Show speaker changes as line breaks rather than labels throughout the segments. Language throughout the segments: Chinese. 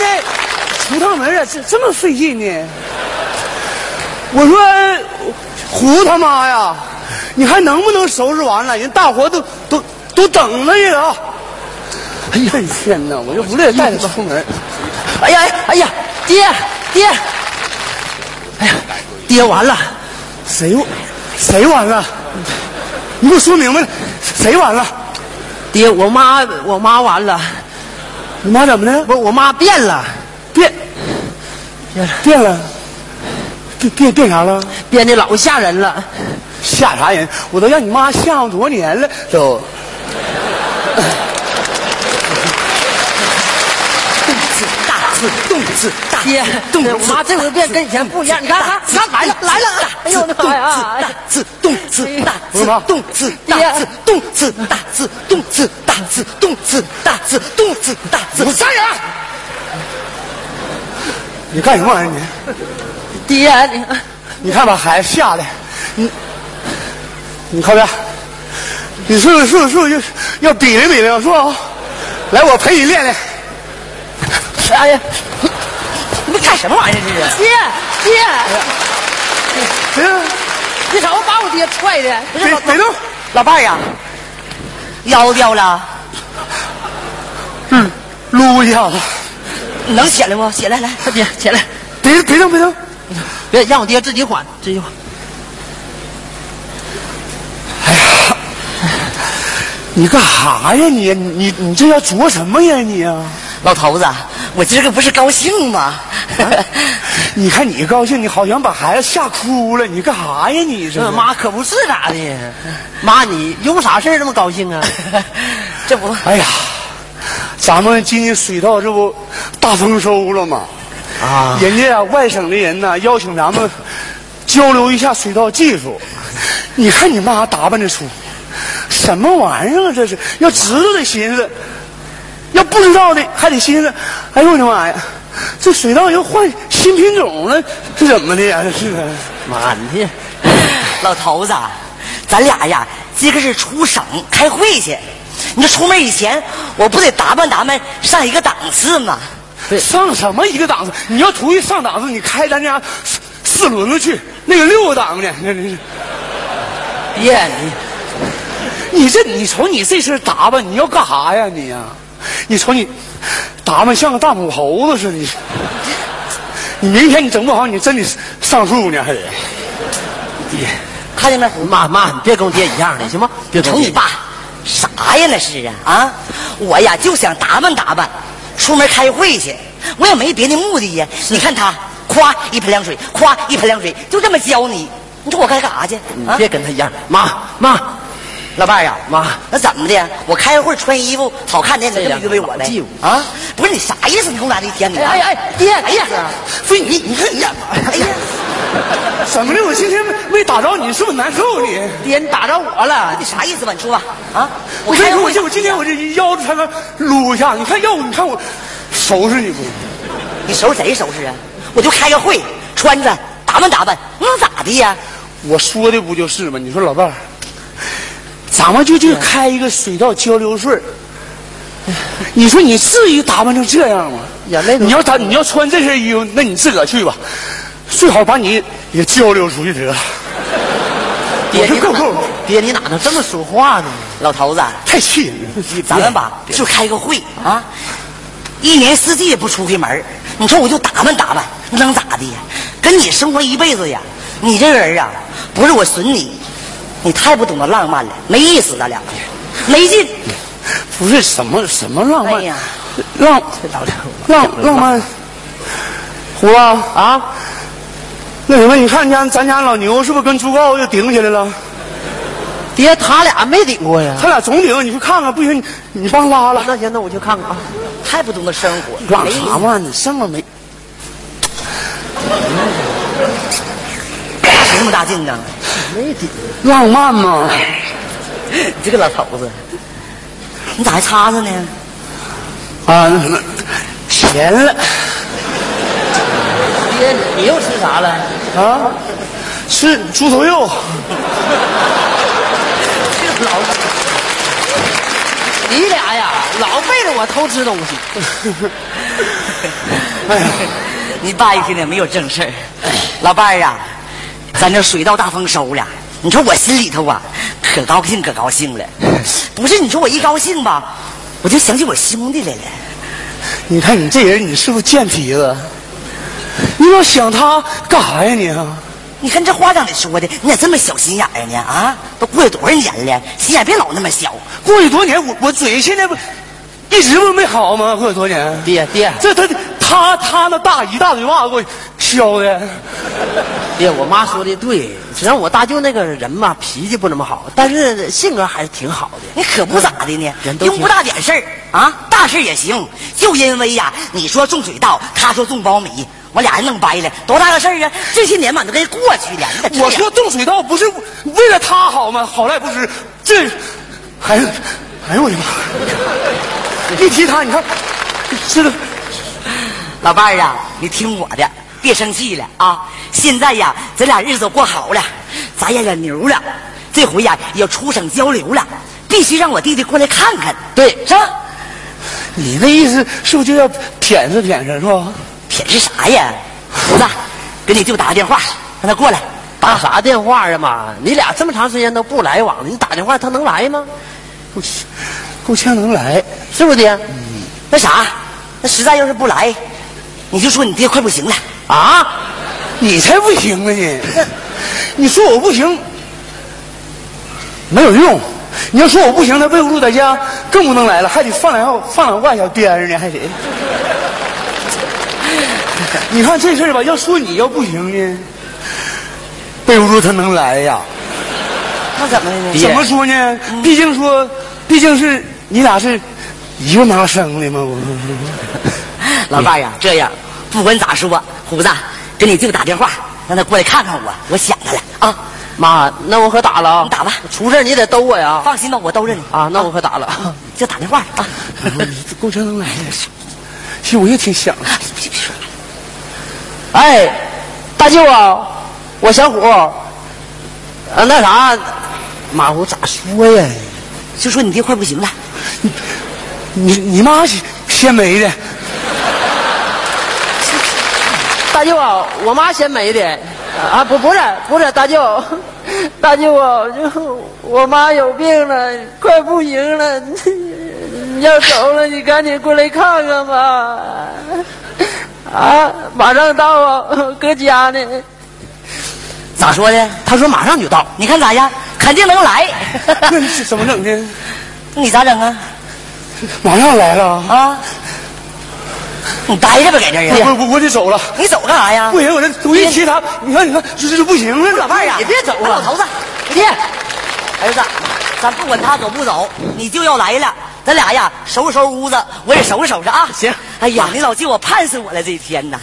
哎出趟门啊，这这么费劲呢？我说胡他妈呀，你还能不能收拾完了？人大伙都都都等着呢啊！哎呀，天哪！我就不乐意带他出门。
哎呀哎呀，爹爹，哎呀，爹完了，
谁谁完了？你给我说明白了，谁完了？
爹我妈我妈完了，
你妈怎么的？
不是我妈变了，
变
变了
变了，变变变啥了？
变得老吓人了。
吓啥人？我都让你妈吓唬多少年了都。
大字动字大字，爹，
动字
我妈这回变跟以前不一样，你看看，你看来了来了，哎呦我哎的妈呀！大字动字大字动字大字动字大字动字大字动字大字动字大字，
杀人！你干什么玩意儿你？
爹，你
你看把孩子吓的，你你靠边，你是不是是不是是不是要要比量比量是吧？来，我陪你练练。
哎呀，你干什么玩意儿这是？爹爹，
别动
你瞅把我爹踹的，不
别别动，
老伴儿呀，腰掉了，
嗯，撸一下子，
你能起来不？起来来，快点起来，
别别动别动，
别让我爹自己缓，自己缓。
你干啥呀你？你你这要琢什么呀你啊？
老头子，我今儿个不是高兴 吗？
你看你高兴，你好像把孩子吓哭了，你干啥呀你这？
这呃妈可不是咋的，妈你有啥事儿这么高兴啊？ 这不
哎呀，咱们今年水稻这不大丰收了吗？
啊，
人家啊外省的人呢、邀请咱们交流一下水稻技术。你看你妈打扮的出，什么玩意儿啊？这是要知道得寻思，要不知道的还得寻思。哎呦我的妈呀，这水稻又换新品种了，是怎么的呀？这是
妈你老头子，咱俩呀，今个是出省开会去，你说出门以前，我不得打扮打扮上一个档次吗？对
上什么一个档次？你要图一上档次，你开咱家四四轮子去，那个六个档的，那那是。
爹哎你
你这，你瞅你这身打扮，你要干啥呀你呀、你瞅你打扮像个大母猴子似的，你你明天你整不好，你真得上树呢还得。
爹，看见没？妈妈，你别跟我爹一样的，行吗？别瞅你爸，啥呀那是啊啊！我呀就想打扮打扮，出门开会去，我也没别的目的呀。你看他，夸一盆凉水，夸一盆凉水，就这么教你。你说我该干啥去？啊，
别跟他一样，妈妈，
老伴儿呀，
妈
那怎么的？我开会穿衣服好看点，你这么约为我呗
老记？我
啊，不是你啥意思？你跟我俩一天你、
哎哎哎
爹，哎呀，非你，你看你呀，哎呀。
怎么的？我今天没没打着你，是不是难受你？
爹，你打着我了，你啥意思吧？你说吧，啊，
我跟
开
你说，我
会
这我今天我这腰子才刚撸一下，你看要不你看我收拾你不？
你收拾谁收拾啊？我就开个会，穿着打扮打扮，能咋的呀？
我说的不就是吗？你说老伴儿，咱们就就开一个水稻交流会儿你说你至于打扮成这样吗？
眼泪都
你要打，你要穿这身衣服，那你自个儿去吧，最好把你也交流出去得了。我
爹，
说
你
够
哪
够了，
爹，你哪能这么说话呢？老头子，
太气人了。
咱们吧就开个会啊，一年四季也不出去门儿你说我就打扮打扮，能咋的呀？跟你生活一辈子呀，你这个人啊，不是我损你，你太不懂得浪漫了，没意思，咱俩没劲。
不是什么什么浪漫，
哎呀
浪
老头
浪浪漫，胡啊啊，那什么，你看家咱家老牛是不是跟朱高又顶起来了？
爹他俩没顶过呀。
他俩总顶，你去看看，不行你你帮拉拉。
那行，那我去看看啊。
太不懂得生活，
浪
没意思
啥嘛？你这么没
使那么大劲呢？
浪漫吗？
你这个老头子，你咋还插着呢？
啊，那那闲了
爹，你又吃啥了？
啊，吃猪头肉。
老， 你俩呀，老背着我偷吃东西。
哎你爸一天也没有正事儿。老伴儿啊，咱这水到大丰收了，你说我心里头啊，可高兴可高兴了。不是，你说我一高兴吧，我就想起我兄弟来了。
你看你这人，你是不是贱皮子？你老想他干啥呀你啊？
你看这话让你说的，你咋这么小心眼儿呢？啊，都过去多少年了，心眼别老那么小。
过去多年，我我嘴现在不一直不是没好吗？过去多年，
爹爹
这他他他那大一大嘴巴子给我削的，
爹，哎我妈说的对，只要我大舅那个人嘛，脾气不怎么好，但是性格还是挺好的。
你哎可不咋的呢
嗯人，都
又
挺
不大点事儿啊，大事儿也行。就因为呀，你说种水稻，他说种苞米，我俩人弄掰了，多大个事儿啊！这些年嘛，都该过去了。你咋
我
这样
说种水稻不是为了他好吗？好赖不知，这还是，哎呦我的妈！一提他，你看，这个
老伴儿啊，你听我的，别生气了啊！现在呀，咱俩日子过好了，咱也远牛了，这回呀要出省交流了，必须让我弟弟过来看看。
对
是吧？
你那意思是不是就要舔着舔着是吧？
舔是啥呀？猴子，给你舅打个电话，让他过来。啊
打啥电话呀妈？你俩这么长时间都不来往，你打电话他能来吗？
够呛够呛能来，
是不是爹？
嗯那啥，那实在要是不来，你就说你爹快不行了。
啊，
你才不行呢你！你说我不行，没有用。你要说我不行，他备不住在家更不能来了，还得放两放两挂小鞭儿呢，还得。你看这事儿吧，要说你要不行呢，备不住他能来呀。
那怎么的呢？
爹
怎么说呢？毕竟说，毕竟是你俩是一个妈生的嘛，我。
老伴儿呀，这样不管咋说，虎子给你舅打电话，让他过来看看我，我想他了啊。
妈，那我可打了啊！
你打吧
出事儿你得兜我呀！
放心吧，我兜着你
啊，那我可打了。
就打电话 啊。
够呛能来的，其实我也挺想的。
别别说了
哎，大舅啊，我小虎，啊，
呃
那啥，马虎咋说呀？
就说你爹快不行了，
你你妈先先没的，
大舅啊，我妈先没的。啊，不不是不是，大舅， 大舅啊，就我妈有病了，快不行了， 你要走了，你赶紧过来看看吧。啊，马上到啊，搁家呢。
咋说的？
他说马上就到，
你看咋样？肯定能来。
啊
那你怎么整呢？
你咋整啊？
马上来了啊！
啊？你待着吧，搁这
哎
儿啊
我我我得走了，
你走干啥
啊
呀？
不行，我这我一提他，你看你看，这这不行了，
老伴儿啊，
你别走
哎老
啊！
头子，爹，儿子，咱不管他走不走，你舅要来了，咱俩呀收拾收拾屋子，我也收拾收拾啊。
行
哎呀，你老舅我盼死我了，这一天呐。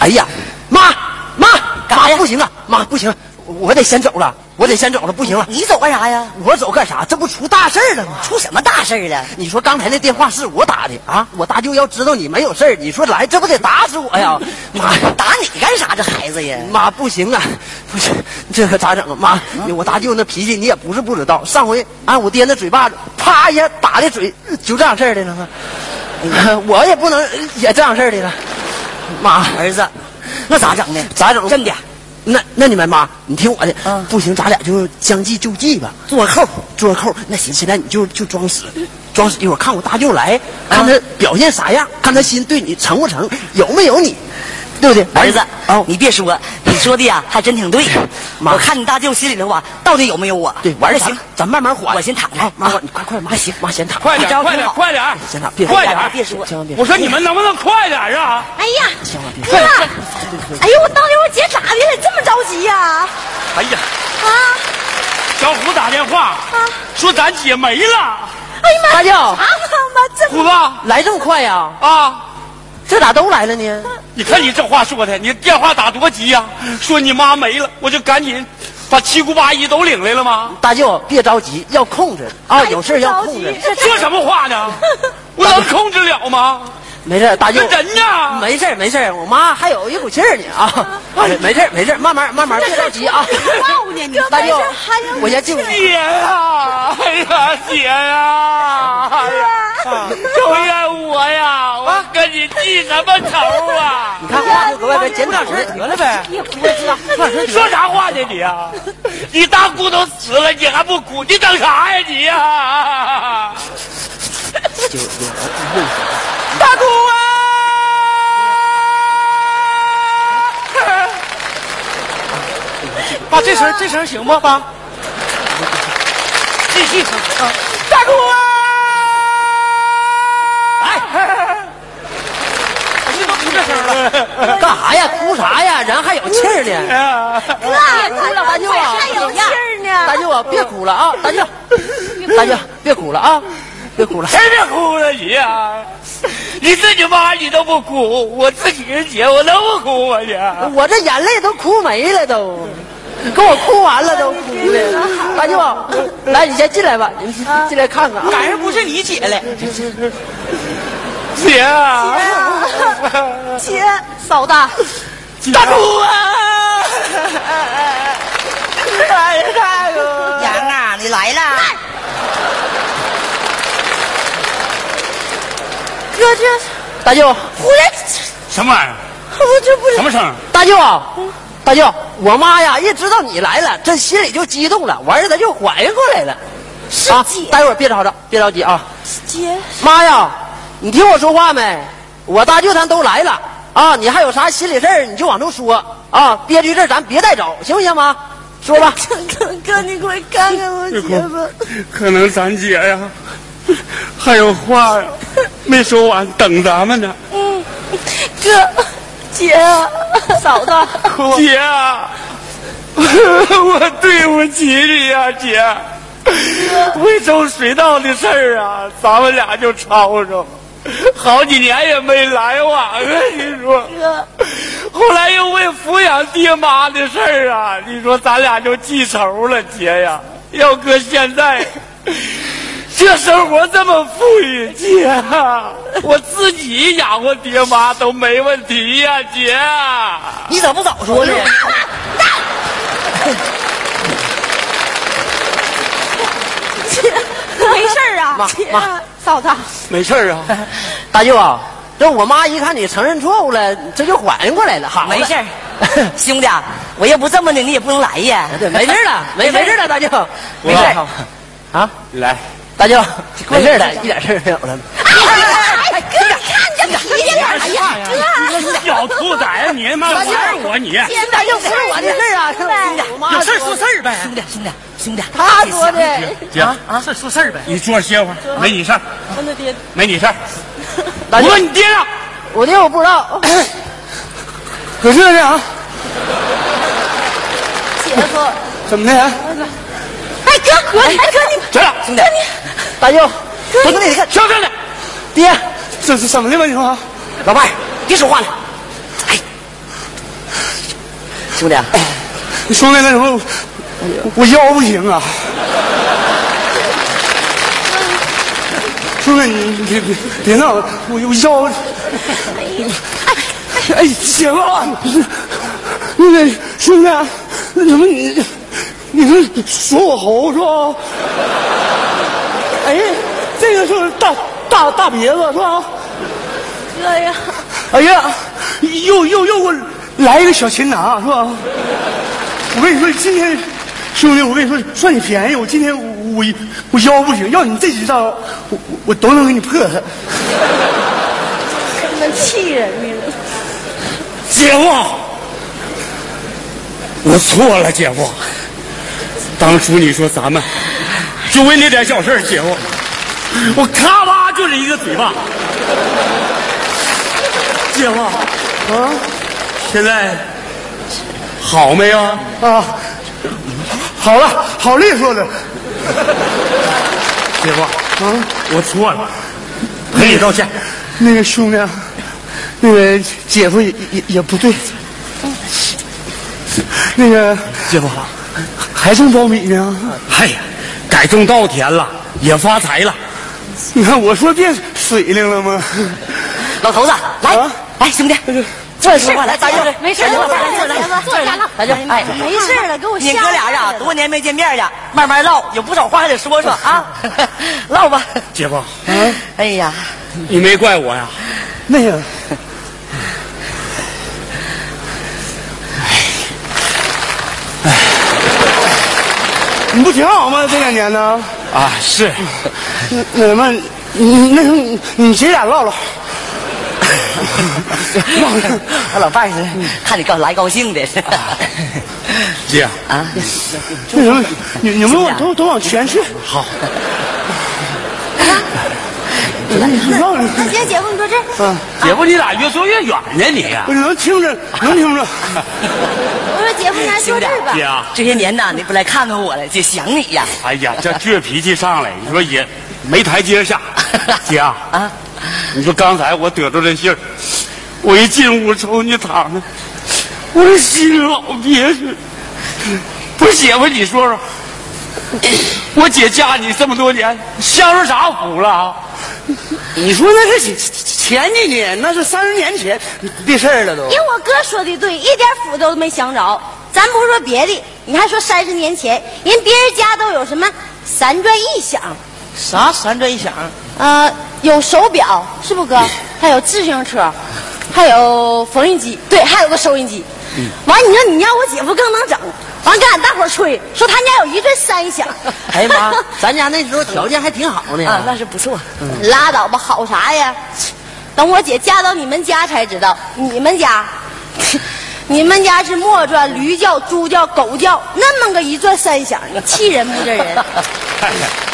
哎呀，妈妈，
干啥呀
妈不行啊，妈不行，我得先走了，我得先走了，不行了，啊
你走干啥呀？
我走干啥？这不出大事儿了吗？
出什么大事儿了？
你说刚才那电话是我打的啊？我大舅要知道你没有事儿，你说来这不得打死我呀？妈呀，
打你干啥？这孩子呀，
妈不行啊，不是这可咋整啊？妈，我大舅那脾气你也不是不知道，上回按我爹那嘴巴子，啪一下打的嘴，就这样事儿的了吗？ 我也不能也这样事儿的了，妈。
儿子，那咋整呢？
咋整？
这么的，
那那你们妈，你听我的，
嗯
不行，咱俩就将计就计吧，
做个扣。
做个扣。那行，现在你就就装死，装死一会儿看我大舅来，
嗯
看他表现啥样，看他心对你诚不诚，有没有你，对不对？
儿子，
哦，
你别说，你说的呀还真挺对。
妈
我看你大舅心里头啊，到底有没有我？
对，完
那
了咱
行，
咱慢慢缓。
我先躺着
哎妈，
啊
你快快，妈行，妈先躺，
快
你知道
点，快
挺
点，
好
快点儿！
先躺，别
快点儿
别说，
千万别，
我说你们能不能快点儿啊？
哎呀，
千万别
哥，哎呦，我到底我姐咋的了？这么着急呀、啊？
哎呀，小虎打电话说咱姐没了，
哎呀妈！
大舅
啊妈，这
虎子
来这么快呀？
啊！
这咋都来了呢？
你看你这话说的，你电话打多急呀、说你妈没了，我就赶紧把七姑八姨都领来了吗？
大舅别着急，要控制
哎
啊，有事儿要控制。
这
说什么话呢？我能控制了吗？
没事儿，大舅
那人呢
没事儿没事儿，我妈还有一股气儿呢啊！哎没事儿没事儿，慢慢慢慢，别着急啊！
闹呢你
大舅
这没事儿还有，
我先进屋。
啊姐呀、哎呀，姐呀、哎呀，啊都怨我呀！我跟你记什么仇啊？
你看我就搁外边捡点水得了呗。
哎你也不会知道。
你说啥话呢你啊？你大姑都死了，你还不哭？你等啥呀你啊呀、大姑啊！爸，这声这声行吗？爸，继续声啊！大姑啊！来，这都出这声了。
干啥呀？哭啥呀？人还有气儿呢。
哥，哎别哭了，
大舅啊
还有气儿
大
呢。哎
舅啊，别哭了啊！大舅，大舅，别哭了啊！别哭了。
谁别哭了你啊？你自己妈你都不哭，我自己人姐我能不哭啊吗你？
我这眼泪都哭没了都，给我哭完了都哭的。大舅，来，你先进来吧，你进来看看啊。
赶上不是你姐了，
姐啊，
姐，嫂子，
大姑啊！
哎
哎
杨啊，你来了。
哥这
大舅，
胡来，
什么玩意 儿？
我这不是
什么声？
大舅啊，大舅，我妈呀，一知道你来了，这心里就激动了，完事儿她就缓应过来了。
是
啊
姐，
待会儿别吵吵，别着急啊。
姐，
妈呀，你听我说话没？我大舅他都来了啊，你还有啥心里事儿你就往出说啊，憋屈事儿咱别带走，行不行妈？说吧。
哥 哥哥，你给我看看我姐夫。
可能咱姐呀，还有话呀没说完，等咱们呢。
嗯，哥，姐，啊 嫂子，
姐啊， 我对不起你呀、姐。贵州水稻的事儿啊，咱们俩就吵吵，好几年也没来往啊。你说，
哥，
后来又为抚养爹妈的事儿啊，你说咱俩就记仇了，姐呀。要搁现在，这生活这么富裕，姐啊，我自己养活爹妈都没问题呀、姐。
你咋不早说呢？
没事儿啊
妈，
姐
妈，
嫂子，
没事儿啊。
大舅啊，这我妈一看你承认错误了，这就缓应过来了。好了
没事，儿，兄弟，啊我要不这么的，你也不能来呀。
对，没事 儿了，没没事儿了，大舅，没事儿啊，
来，
大舅，没事儿了，一点事儿没有了。
哎，哥，你看你这皮呀，哎呀，哥，
小兔崽啊子，你他妈啊玩我你！
姐，
大舅不是我的事儿啊，我妈
有事儿说事儿呗，兄弟，啊兄弟，兄弟，啊
他说的，
姐啊啊，你坐着歇会儿，没你事儿，
真的爹，
没你事 儿。
大舅
我，问你爹啊呢？
我爹我不知道，
搁这呢啊？
姐 夫，
怎么
啊
的？
哎，哥，哥，哎，哥，你
真的，
兄弟，
大舅，
不是你看，
听着呢。
爹，
这是怎么的吧？你
啊
说，
老伴儿，别说话了。哎，兄弟，啊
你兄弟那什么，我我腰不行啊。兄弟，你你别别别闹了，我我腰。哎，姐夫，那个兄弟，那什么你，你是说我猴是吧？哎，这个是大大大鼻子是吧？
哥呀，
哎呀，又又又给我来一个小擒拿是吧？我跟你说，今天兄弟，我跟你说，算你便宜。我今天我我我腰不行，要你这几招，我我我都能给你破它。
那气人呢，
姐夫，我错了，姐夫。当初你说咱们就为那点小事儿，姐夫，我咔吧就是一个嘴巴。姐夫，啊，现在好没有？
啊，好了，好利索了。
姐夫，啊，我错了，赔礼道歉。
那个兄弟，啊那个姐夫也也也不对。那个
姐夫，
还剩苞米呢，
哎呀，改种稻田了，也发财了。
你看我说变水灵了吗？
老头子，来
啊
啊来，兄弟，坐着说话来，大舅，
没事，
大舅
坐
来
下
坐着来，
了，坐下了，
大舅，哎，
没事了，给我吓
你哥俩呀，
着了
多年没见面呀，慢慢唠，有不少话还得说说啊，唠吧。
姐夫，
哎呀，
你没怪我呀？
那个，你不挺好吗？这两年呢，
啊，是，
那那什么，你那什么，你你姐俩唠唠。
我老伴儿是看你高来高兴的，
姐，
啊，
那什么，你你们往都都往前去。好。你唠唠，
那行，姐夫，你坐这儿。
姐夫，你咋越说越远呢？你呀，
你能听着，能听着。
我说姐夫，咱坐这儿吧
姐。啊，
这些年呐，你不来看看我来，姐想你呀。
哎呀，这倔脾气上来，你说也没台阶下。姐啊，
啊，
你说刚才我得着这信儿，我一进屋瞅你躺着，我这心老憋屈。不是姐夫，你说说，我姐嫁你这么多年，享受啥福了啊？
你说那是前前几年，那是三十年前的事儿了都。
因为我哥说的对，一点福都没享着。咱不说别的，你还说三十年前人别人家都有什么三转一响，
啥三转一响？
呃，有手表是不哥？还有自行车，还有缝纫机，对，还有个收音机。
嗯
完，你说你让我姐夫更能整，完跟俺大伙儿吹，说他家有一转三响。
哎呀 妈，咱家那时候条件还挺好呢。
啊，那是不错。
拉倒吧，好啥呀？等我姐嫁到你们家才知道，你们家，你们家是磨转、驴叫、猪叫、狗叫，那么个一转三响，你气人不？这 人，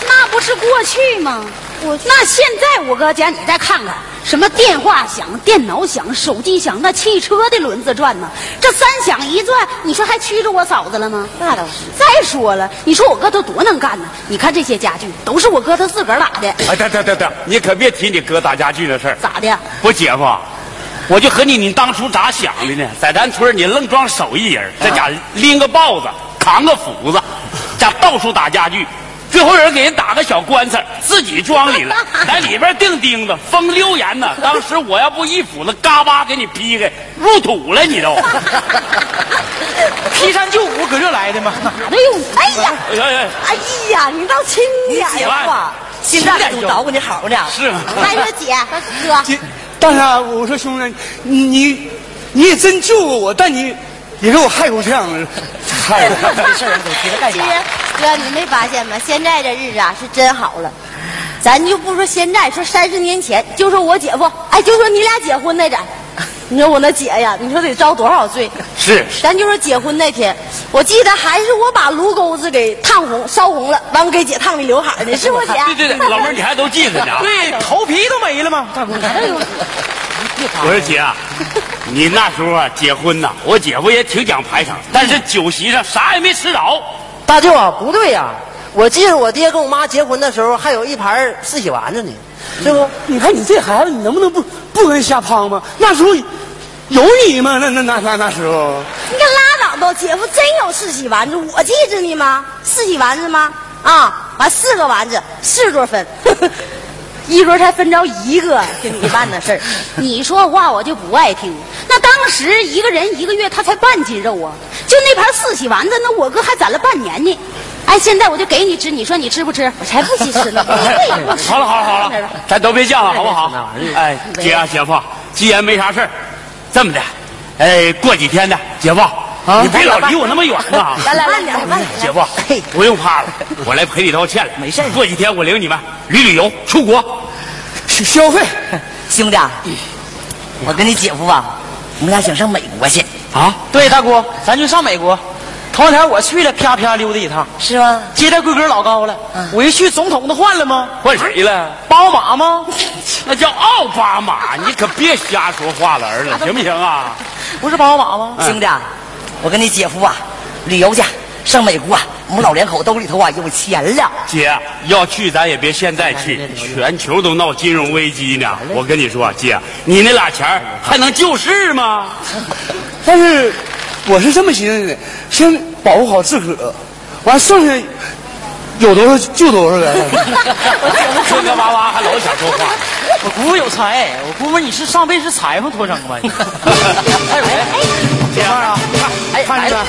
那不是过去吗？我那现在我哥讲，你再看看，什么电话响、电脑响、手机响，那汽车的轮子转呢，这三响一转，你说还屈着我嫂子了吗？
那倒是。
再说了，你说我哥他多能干呢？你看这些家具都是我哥他自个儿打的，
哎，等等等等，你可别提你哥打家具的事儿。
咋的？
哎
我姐夫啊，我就和你你当初咋想的呢？在咱村儿你愣装手艺人，在家拎个豹子，扛个斧子，家到处打家具，最后有人给人打个小棺材，自己装里了，在里边钉钉子，封溜严呢。当时我要不一斧子嘎巴给你劈开，入土了你都。
劈山救骨，搁这来的吗？
哪都有。
哎呀，
哎呀呀，
哎呀，你倒轻点
姐
呀！
夫啊，现在还主捣鼓你好呢。
是吗？
还说姐 哥，
但是啊，我说兄弟，你你你也真救过我，但你也给我害过这样的，害 过。
没事儿，你提他干
其
啥
实？哥，你没发现吗？现在这日子啊是真好了。咱就不说现在，说三十年前，就说我姐夫，哎，就说你俩结婚那阵儿，你说我那姐呀，你说得遭多少罪？
是
咱就说结婚那天，我记得还是我把炉钩子给烫红、烧红了，完给姐烫的刘海儿呢，是不姐？
对对对，老妹儿你还都记得呢。啊
头皮都没了吗？
我说姐啊，你那时候啊结婚呐、我姐夫也挺讲排场，但是酒席上啥也没吃着。
大舅啊，不对呀、我记得我爹跟我妈结婚的时候，还有一盘儿四喜丸子呢，是不？
你看你这孩子，你能不能不不跟瞎胖吧？那时候有你吗？那那那那那时候，
你可拉倒吧，姐夫真有四喜丸子，我记着呢吗？四喜丸子吗？啊，完四个丸子，四十多分，一轮才分着一个，就你办的事儿。
你说话我就不爱听。那当时一个人一个月他才半斤肉啊，就那盘四喜丸子，那我哥还攒了半年呢。哎，现在我就给你吃，你说你吃不吃？我才不稀吃呢！我吃
好了好了 好了，咱都别犟了，好不 好？哎，姐啊姐夫，既然没啥事儿，这么的，哎，过几天呢，姐夫，你别老离我那么远呐。
咱俩慢点，慢点。
姐夫，不用怕了，我来陪你道歉了。没事，过几天我领你们旅旅游，出国。
消消费
兄弟啊，我跟你姐夫啊，我们俩想上美国去，
啊，
对，大姑，咱就上美国。头两天我去了，啪啪溜达一趟，
是吗？
接待规格老高了。我一去，总统都换了吗？
换谁了？
巴奥马吗？
那叫奥巴马，你可别瞎说话了，儿子，行不行啊？
不是巴奥马吗？
兄弟啊，我跟你姐夫啊，旅游去，上美国啊，我们老两口兜里头啊有钱了。
姐啊要去，咱也别现在去，全球都闹金融危机呢。我跟你说啊，姐，你那俩钱儿还能救市吗？
但是我是这么寻思的，先保护好自个儿，完剩下有多少就多少人。
磕磕巴巴还老想说话，
我姑父有才，我估摸你是上辈子裁缝托生吧？还有谁？
这样啊，
哎
看着
来了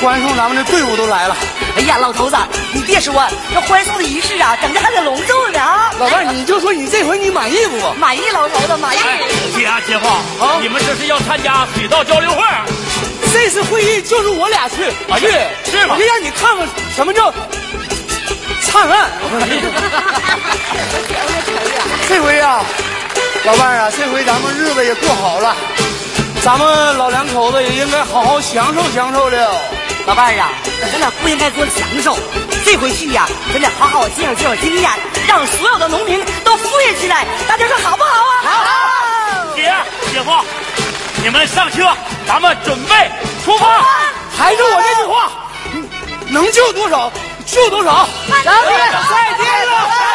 观众咱们这队伍都来了，
哎呀，老头子，你别说，这欢送的仪式啊，整的还挺隆重的啊！
老伴儿，你就说你这回你满意不？
满意老头子，满意。
哎，接啊接话
啊
你们这是要参加水稻交流会？
这次会议就是我俩去，
啊
去
是吗
我就让你看看什么叫灿烂。
这回啊，老伴儿啊，这回咱们日子也过好了，咱们老两口子也应该好好享受享受了。
老伴儿啊，咱俩不应该光享受，这回去呀、咱俩好好介绍介绍经验，让所有的农民都富裕起来，大家说好不好啊？好。
姐啊姐夫，你们上车，咱们准备出发。
还是我这句话，能救多少救多少。
再见，再见，